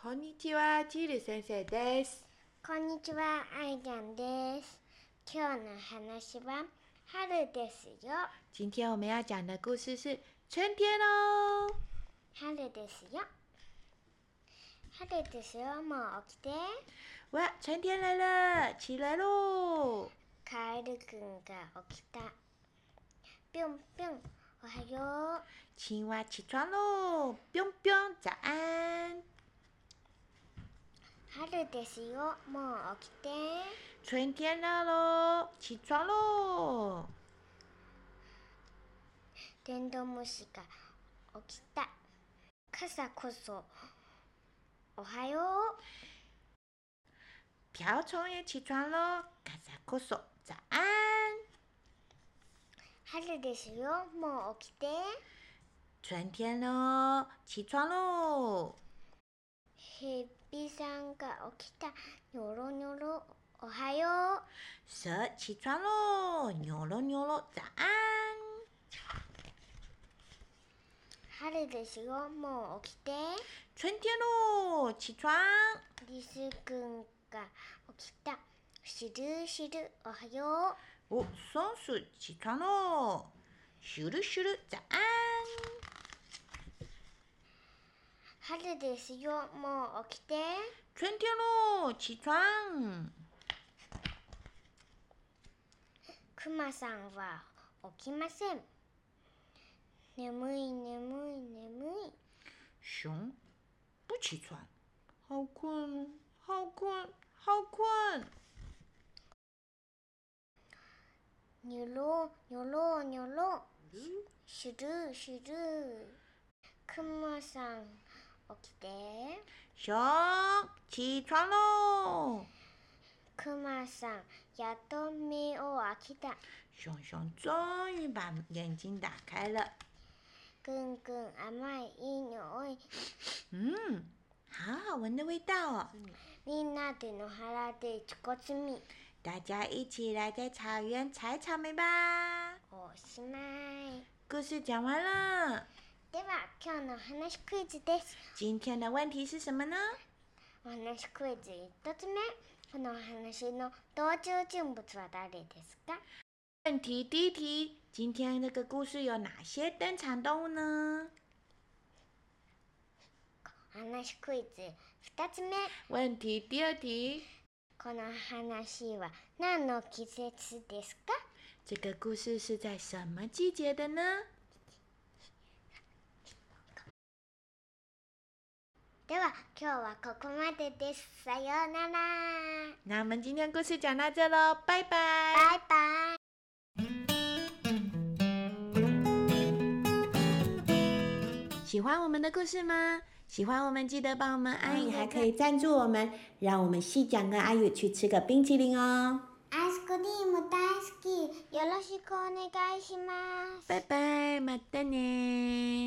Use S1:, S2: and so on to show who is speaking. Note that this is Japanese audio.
S1: こんにちは、ジル先生です。
S2: こんにちは、アイちゃんです。今日の話は春ですよ。
S1: 今天我们要讲的故事是春天哦。
S2: 春ですよ。春ですよ、もう起きて。
S1: 哇，春天来了，起来喽！
S2: カエルくんが起きた。ぴょんぴょん、おはよう。
S1: 青蛙起床喽，彪彪，早安！
S2: 春ですよ、もう起きて。
S1: 春天到喽，起床喽！
S2: テントウムシが起きた。傘こそ、おはよう。
S1: 瓢虫也起床喽，卡萨库索，早安！
S2: 春ですよ、もう起きて。
S1: 春天喽，起床喽！
S2: ヘビさんが起きた。ニョロニョロ、おはよう。
S1: 蛇起床喽，牛喽牛喽，早安！
S2: 春ですよ、もう起きて。
S1: 春天喽，起床！
S2: リスくんが起きた。しるしる、おはよ
S1: 哦，松鼠起床喽，咻噜咻噜，早安！
S2: う。春ですよ、もう起きて。
S1: 春天喽，起床！
S2: くまさんは起きません。眠い眠い眠い。
S1: 熊不起床，好困，好困，好困。
S2: にょろにょろにょろ。しるしる。くまさん起きて。
S1: 熊起床喽！
S2: くまさん、やっと目を開けた。
S1: 熊熊终于把眼睛打开了。
S2: くんくん甘いいい匂い
S1: 嗯，好好闻的味道哦！
S2: みんなで野原でチコ積み
S1: 大家一起来在草原采草莓吧。
S2: おしまい
S1: 故事讲完了，
S2: では今日のお話クイズです
S1: 今天的问题是什么呢？
S2: お話クイズ1つ目このお話の登場人物は誰ですか
S1: 问题第一题，今天这个故事有哪些登场动物呢？
S2: お話クイズ2つ目
S1: 问题第二题，
S2: この話は何の季節ですか
S1: 这个故事是在什么季节的呢？
S2: では今日はここまでですさようなら
S1: 那我们今天故事讲到这喽，拜拜。
S2: バイバイ
S1: 喜欢我们的故事吗？喜欢我们记得帮我们
S3: 阿
S1: 按一
S3: 姨哦
S1: 个
S3: 还可
S1: 赞
S3: 以赞助我们，让我们细讲跟阿宇去吃个冰淇淋哦。
S2: アイスクリーム大好きよろしくお願いします
S1: 拜拜，马丹呢。